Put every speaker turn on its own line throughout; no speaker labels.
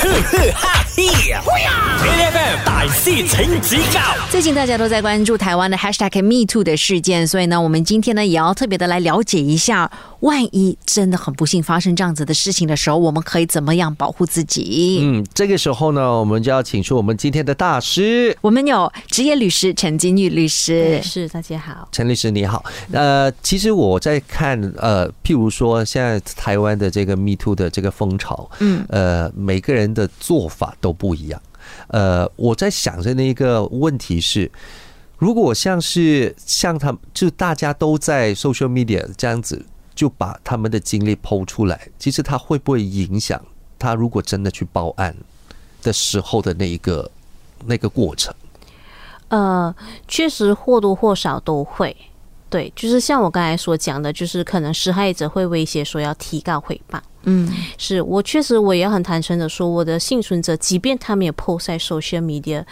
呵呵哈嘿，A F M 大师请指教
最近大家都在关注台湾的 hashtag Me Too 的事件，所以呢，我们今天呢也要特别的来了解一下，万一真的很不幸发生这样子的事情的时候，我们可以怎么样保护自己？
嗯，这个时候呢，我们就要请出我们今天的大师
我们有职业律师陈金玉律师，
是大家好，
陈律师，你好。呃，其实我在看，呃，譬如说现在台湾的这个 Me Too 的这个风潮，
嗯，
呃，每个人的做法都不一样。呃，我在想着那个问题是，如果像是像他们，就大家都在 social media 这样子，就把他们的经历剖出来，其实他会不会影响他如果真的去报案的时候的那一个那个过程？
呃，确实或多或少都会，对，就是像我刚才所讲的，就是可能施害者会威胁说要提告诽谤。
嗯
是我确实我也很坦诚的说，我的幸存者，即便他们也 post 在 social media，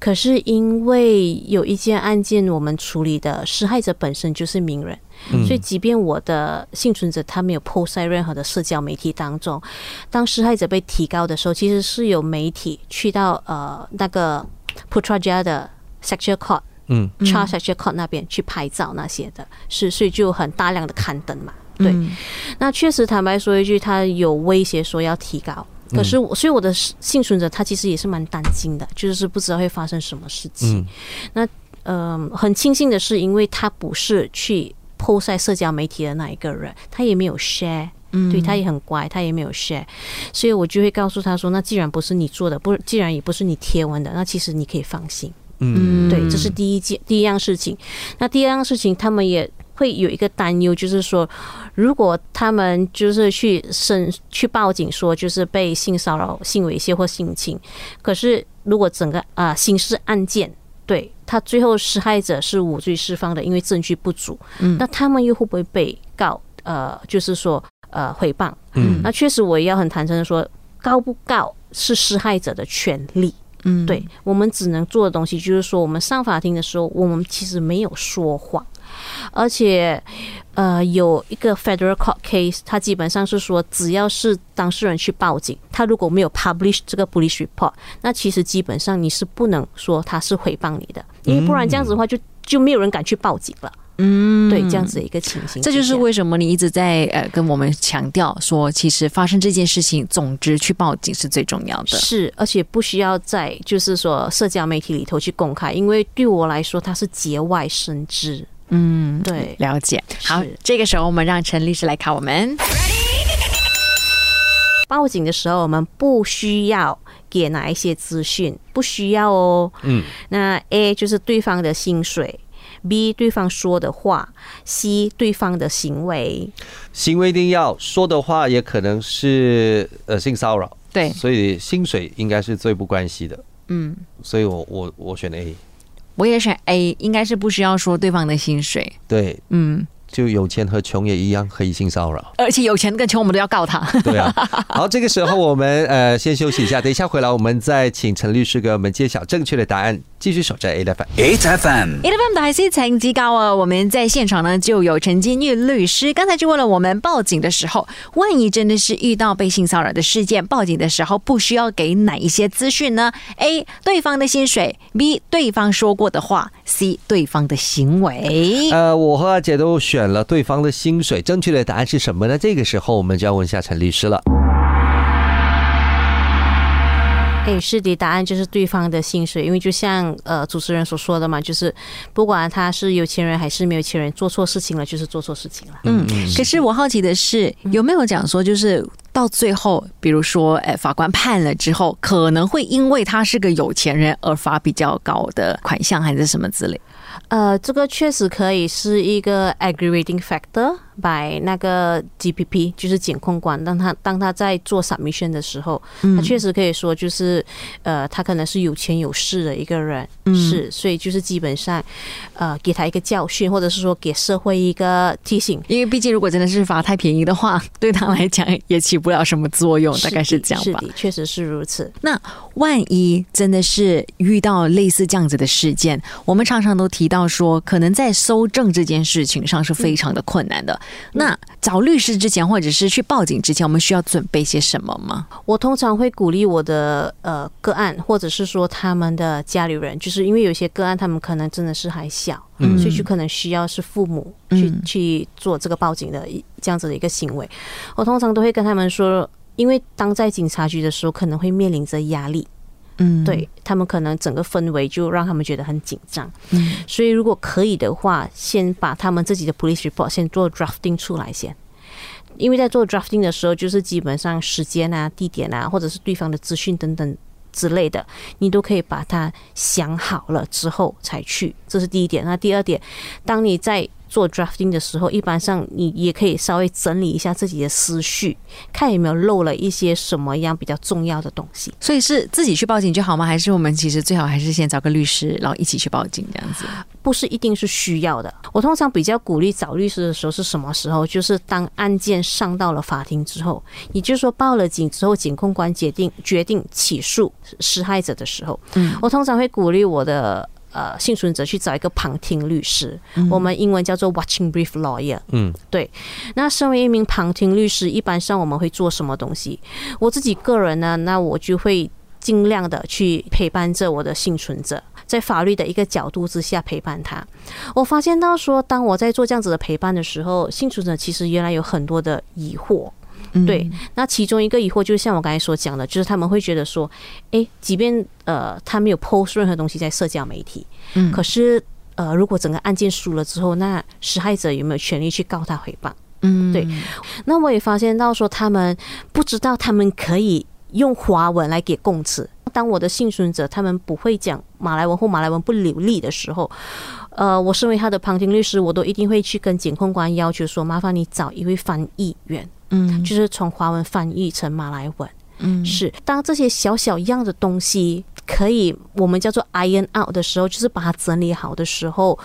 可是因为有一件案件我们处理的施害者本身就是名人，所以即便我的幸存者他没有 post 在任何的社交媒体当中，当施害者被提高的时候，其实是有媒体去到呃那个 Putrajaya 的 sexual court。
嗯
Charles Sexual Court 那边去拍照那些的，是所以就有很大量的刊登嘛，对，
嗯
那确实，坦白说一句，他有威胁说要提高。
嗯
可是我，所以我的幸存者他其实也是蛮担心的，就是不知道会发生什么事情。
嗯
那嗯、很庆幸的是，因为他不是去 po 在社交媒体的那一个人，他也没有 share。对
嗯
他也很乖，他也没有 share，所以我就会告诉他说：“那既然不是你做的，不，既然也不是你贴文的，那其实你可以放心。”
嗯
对，这是第一件第一样事情。那第二样事情，他们也会有一个担忧，就是说，如果他们就是去申去报警说就是被性骚扰、性猥亵或性侵，可是如果整个啊、呃刑事案件。对他最后施害者是无罪释放的，因为证据不足。嗯，那他们又会不会被告？呃，就是说呃诽谤。
嗯
那确实我也要很坦诚的说，告不告是施害者的权利。
嗯，
对我们只能做的东西就是说，我们上法庭的时候，我们其实没有说谎，而且呃有一个 federal court case，它基本上是说，只要是当事人去报警，他如果没有 publish 这个 police report，那其实基本上你是不能说他是诽谤你的，因为不然这样子的话就，就没有人敢去报警了。嗯，对，这样子的一个情形
这
之下，
就是为什么你一直在呃跟我们强调说，其实发生这件事情，总之去报警是最重要的。
是，而且不需要在就是说社交媒体里头去公开，因为对我来说，它是节外生枝。嗯，对。
了解。好
是，
这个时候我们让陈律师来考我们。
报警的时候，我们不需要给哪一些资讯，不需要哦。
嗯，
那 A 就是对方的薪水，B 对方说的话，C 对方的行为。
行为一定要说的话，也可能是呃性骚扰，
对，
所以薪水应该是最不关系的，
嗯，
所以我我我选 A，
我也选 A，应该是不需要说对方的薪水。
对，
嗯，
就有钱和穷也一样可以性骚扰，
而且有钱跟穷我们都要 告他。
对啊。好，这个时候我们呃先休息一下，等一下回来我们再请陈律师给我们揭晓正确的答案，继续守在 A 的反。
，H F M。
e l e v e n 的还是成绩高啊！我们在现场呢就有陈金玉律师，刚才就问了我们报警的时候，万一真的是遇到被性骚扰的事件，报警的时候不需要给哪一些资讯呢？A. 对方的薪水，B. 对方说过的话，C. 对方的行为。
呃，我和阿姐都选了对方的薪水，正确的答案是什么呢？这个时候我们就要问一下陈律师了。
哎，是的，答案就是对方的薪水，因为就像呃主持人所说的嘛，就是不管他是有钱人还是没有钱人，做错事情了就是做错事情了。
嗯，可是我好奇的是，有没有讲说，就是到最后，比如说，哎，法官判了之后，可能会因为他是个有钱人而罚比较高的款项，还是什么之类？
呃，这个确实可以是一个 aggravating factor by 那个 GPP，就是检控官，当他当他在做 submission 的时候，
嗯
他确实可以说就是，呃，他可能是有钱有势的一个人，
嗯
是，所以就是基本上，呃，给他一个教训，或者是说给社会一个提醒，
因为毕竟，如果真的是罚太便宜的话，对他来讲也起不了什么作用，哦大概是
的
这样
是
吧。
的，确实是如此。
那万一真的是遇到类似这样子的
嗯
事件，我们常常都提到说，可能在搜证这件事情上是非常的困难的。那找律师之前，或者是去报警之前，我们需要准备些什么吗？
我通常会鼓励我的呃个案，或者是说他们的家里人，就是因为有些个案他们可能真的是还小，
嗯
所以就可能需要是父母去、
嗯
去做这个报警的一这样子的一个行为。我通常都会跟他们说，因为当在警察局的时候，可能会面临着压力，
嗯，
对他们可能整个氛围就让他们觉得很紧张。
嗯，
所以如果可以的话，先把他们自己的 police report 先做 drafting 出来先。因为在做 drafting 的时候，就是基本上时间啊、地点啊，或者是对方的资讯等等之类的，你都可以把它想好了之后才去。这是第一点。那第二点，当你在做 drafting 的时候，一般上你也可以稍微整理一下自己的思绪，看有没有漏了一些什么样比较重要的东西。
所以是自己去报警就好吗？还是我们其实最好还是先找个律师，然后一起去报警这样子？
不是一定是需要的。我通常比较鼓励找律师的时候是什么时候？就是当案件上到了法庭之后，也就是说报了警之后，检控官决定决定起诉施害者的时候，
嗯
我通常会鼓励我的。呃，幸存者去找一个旁听律师，我们英文叫做 watching brief lawyer。
嗯，
对。那身为一名旁听律师，一般上我们会做什么东西？我自己个人呢，那我就会尽量的去陪伴着我的幸存者，在法律的一个角度之下陪伴他。我发现到说，当我在做这样子的陪伴的时候，幸存者其实原来有很多的疑惑。
嗯
对，那其中一个疑惑就是像我刚才所讲的，就是他们会觉得说，诶，即便呃他没有 post 任何东西在社交媒体，
嗯
可是呃如果整个案件输了之后，那施害者有没有权利去告他诽谤？
嗯
对那我也发现到说，他们不知道他们可以用华文来给供词。当我的幸存者他们不会讲马来文或马来文不流利的时候，呃，我身为他的旁听律师，我都一定会去跟检控官要求说，麻烦你找一位翻译员，
嗯
就是从华文翻译成马来文。
嗯
是，当这些小小样的东西可以我们叫做 iron out 的时候，就是把它整理好的时候，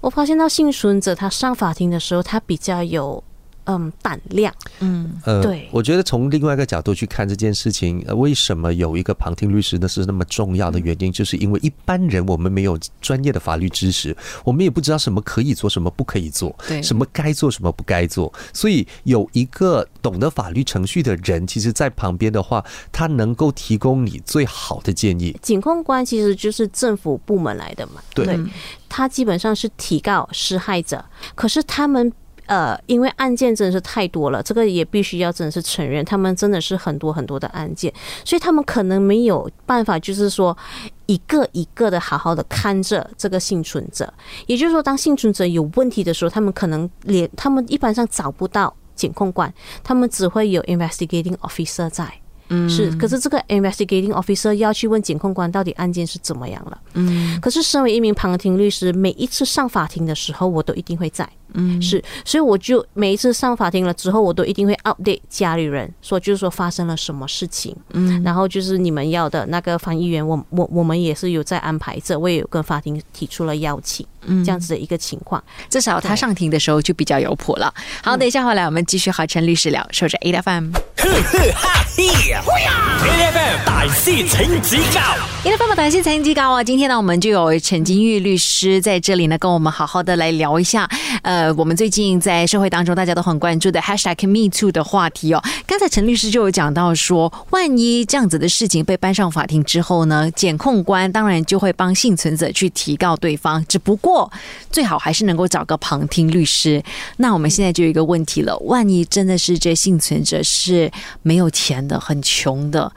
我发现到幸存者他上法庭的时候，他比较有嗯胆量。
嗯
呃，
对
我觉得从另外一个角度去看这件事情，呃，为什么有一个旁听律师呢是那么重要的原因，就是因为一般人我们没有专业的法律知识，我们也不知道什么可以做，什么不可以做，
对
什么该做，什么不该做，所以有一个懂得法律程序的人，其实在旁边的话，他能够提供你最好的建议。
检控官其实就是政府部门来的嘛，
对
他基本上是提告施害者，可是他们。呃，因为案件真的是太多了，这个也必须要真的是承认，他们真的是很多很多的案件，所以他们可能没有办法，就是说一个一个的好好的看着这个幸存者。也就是说，当幸存者有问题的时候，他们可能连他们一般上找不到检控官，他们只会有 investigating officer 在。
嗯
是，可是这个 investigating officer 要去问检控官到底案件是怎么样了。
嗯
可是身为一名旁听律师，每一次上法庭的时候，我都一定会在。
嗯
是，所以我就每一次上法庭了之后，我都一定会 update 家里人，说就是说发生了什么事情，
嗯，
然后就是你们要的那个翻译员，我我我们也是有在安排这，我也有跟法庭提出了邀请，
嗯
这样子的一个情况。
至少他上庭的时候就比较有谱了。好，等一下回来我们继续和陈律师聊，守着 A F M。
哈嘿呀！A F M 大师请指教
你的爸爸短信财经机高啊！今天呢，我们就有陈金玉律师在这里呢，跟我们好好的来聊一下。呃，我们最近在社会当中大家都很关注的 #hashtag Me Too 的话题哦。刚才陈律师就有讲到说，万一这样子的事情被搬上法庭之后呢，检控官当然就会帮幸存者去提告对方，只不过最好还是能够找个旁听律师。那我们现在就有一个问题了，万一真的是这幸存者是没有钱的、很穷的，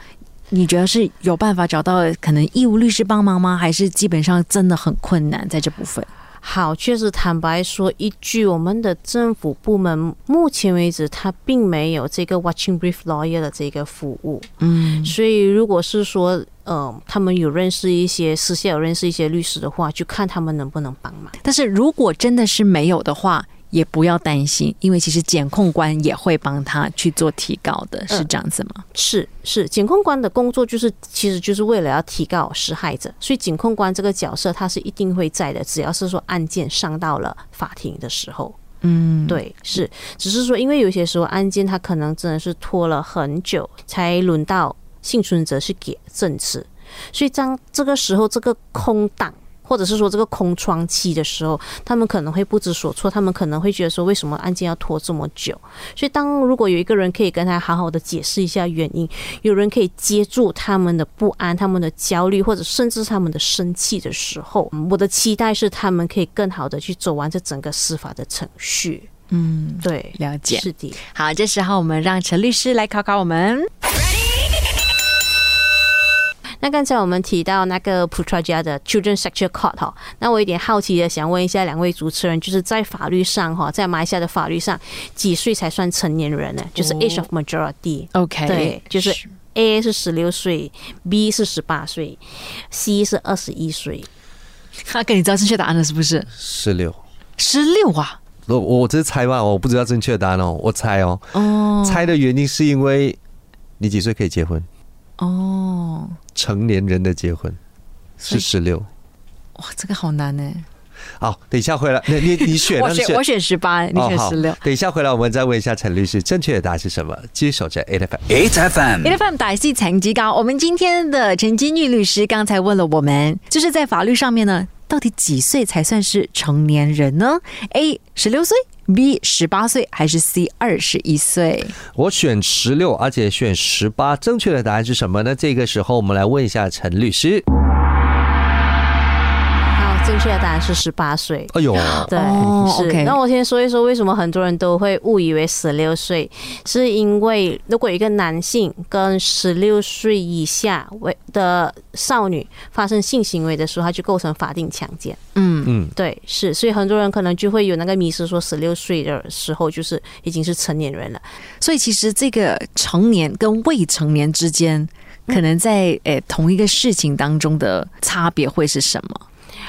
你觉得是有办法找到可能义务律师帮忙吗？还是基本上真的很困难在这部分？
好，确实坦白说一句，我们的政府部门目前为止，它并没有这个 watching brief lawyer 的这个服务。
嗯
所以，如果是说，呃，他们有认识一些私下有认识一些律师的话，就看他们能不能帮忙。
但是如果真的是没有的话，也不要担心，因为其实检控官也会帮他去做提告的，是这样子吗？
是是，检控官的工作就是，其实就是为了要提告施害者，所以检控官这个角色他是一定会在的，只要是说案件上到了法庭的时候。
嗯，
对，是，只是说，因为有些时候案件它可能真的是拖了很久，才轮到幸存者去给证词，所以当这个时候这个空档。或者是说这个空窗期的时候，他们可能会不知所措，他们可能会觉得说为什么案件要拖这么久？所以当如果有一个人可以跟他好好的解释一下原因，有人可以接住他们的不安、他们的焦虑，或者甚至他们的生气的时候，嗯我的期待是他们可以更好的去走完这整个司法的程序。嗯，对，
了解
是的。
好，这时候我们让陈律师来考考我们。
那刚才我们提到那个普查家的 Children Sexual Court 哈，那我有点好奇的想问一下两位主持人，就是在法律上哈，在马来西亚的法律上，几岁才算成年人呢？
哦
就是 age of majority，、
OK，
对，就是。A 是十六岁，B 是十八岁，C 是二十一岁。
他跟你知道正确答案了是不是？
十六。
十六啊，
我我只是猜嘛，我不知道正确答案哦，我猜哦。猜的原因是因为你几岁可以结婚？
哦，
成年人的结婚是十六。
哇，这个好难欸呢。
好，等一下回来，你你你选，
我
让你
选我选十八，你选十六
哦好。等一下回来，我们再问一下陈律师，正确的答案是什么？继续守着 A F M。
，H F M
A F M 打戏成绩高，我们今天的陈金玉律师刚才问了我们，就是在法律上面呢，到底几岁才算是成年人呢？A 十六岁，B 十八岁，还是 C 二十一岁？
我选十六，而且选十八，正确的答案是什么呢？这个时候我们来问一下陈律师。
好，正确的答案是十八岁。
哎呦，
对，
哦
是。
OK
那我先说一说为什么很多人都会误以为十六岁，是因为如果一个男性跟十六岁以下为的少女发生性行为的时候，他就构成法定强奸。
嗯
嗯，
对，是。所以很多人可能就会有那个迷失，说十六岁的时候就是已经是成年人了。
所以其实这个成年跟未成年之间，可能在诶、同一个事情当中的差别会是什么？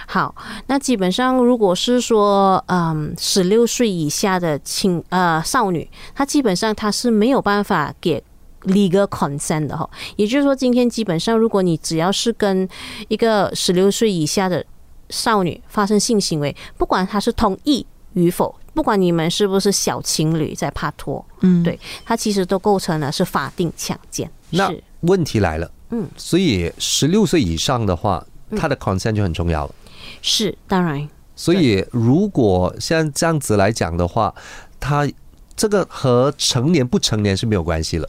好，那基本上如果是说，嗯，十六岁以下的青呃少女，她基本上她是没有办法给。legal consent 的哈，也就是说，今天基本上，如果你只要是跟一个十六岁以下的少女发生性行为，不管她是同意与否，不管你们是不是小情侣在拍拖，
嗯
对，她其实都构成了是法定强奸。
那
是
问题来了，
嗯，
所以十六岁以上的话，
嗯
他的 consent 就很重要了。
是，当然
所以如果像这样子来讲的话，他这个和成年不成年是没有关系了。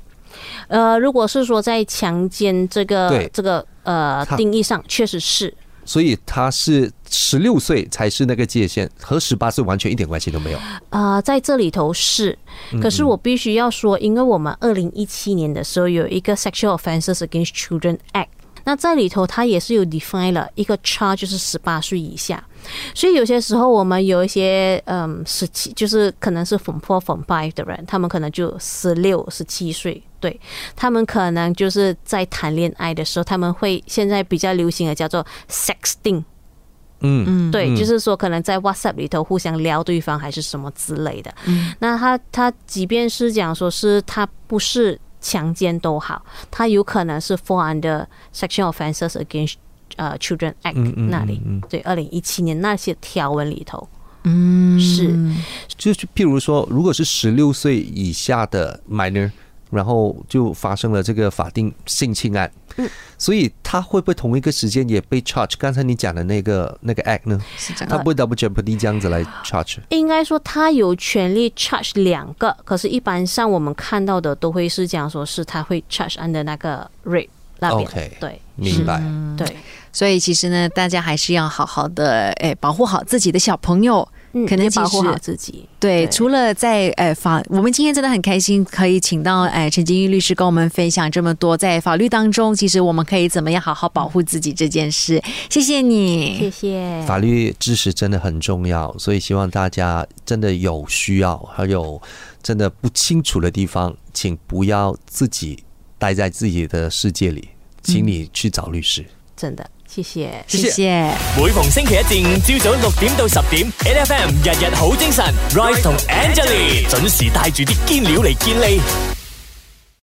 呃，如果是说在强奸这个
对
这个呃
他
定义上，确实是
所以他是十六岁才是那个界限，和十八岁完全一点关系都没有。
啊、呃在这里头是。可是我必须要说，因为我们二零一七年的时候有一个 Sexual Offences Against Children Act。那在里头，它也是有 define 了一个 child 就是十八岁以下，所以有些时候我们有一些嗯十七就是可能是 from four from five 的人，他们可能就十六十七岁，对他们可能就是在谈恋爱的时候，他们会现在比较流行的叫做 sexting，
嗯嗯
对，就是说可能在 WhatsApp 里头互相撩对方还是什么之类的。那他他即便是讲说是他不是强奸都好，他有可能是 fall under Section Offences Against 呃 Children Act、那
嗯
里，对，二零一七年那些条文里头，嗯，是
就是譬如说，如果是十六岁以下的 minor，然后就发生了这个法定性侵案，所以他会不会同一个时间也被 charge？刚才你讲的那个那个 act 呢？
是这
他不会 double jeopardy 这样子来 charge？
应该说他有权利 charge 两个，可是一般上我们看到的都会是讲说是他会 charge under 那个 rape 那边
OK
对，
明白？
是对。
所以其实呢，大家还是要好好的诶、保护好自己的小朋友。
嗯
可能
也
其
保护
实
好自己，
对，
对
除了在呃法，我们今天真的很开心，可以请到呃陈金玉律师跟我们分享这么多，在法律当中，其实我们可以怎么样好好保护自己这件事。谢谢
谢
你，
谢。
法律知识真的很重要，所以希望大家真的有需要，还有真的不清楚的地方，请不要自己待在自己的世界里，请你去找律师。
真的，谢谢。
谢谢
谢
每逢星期一至五朝早六點到十點，N F M 日日好精神，Rise 同 Angelie 準時帶住啲堅料嚟健利。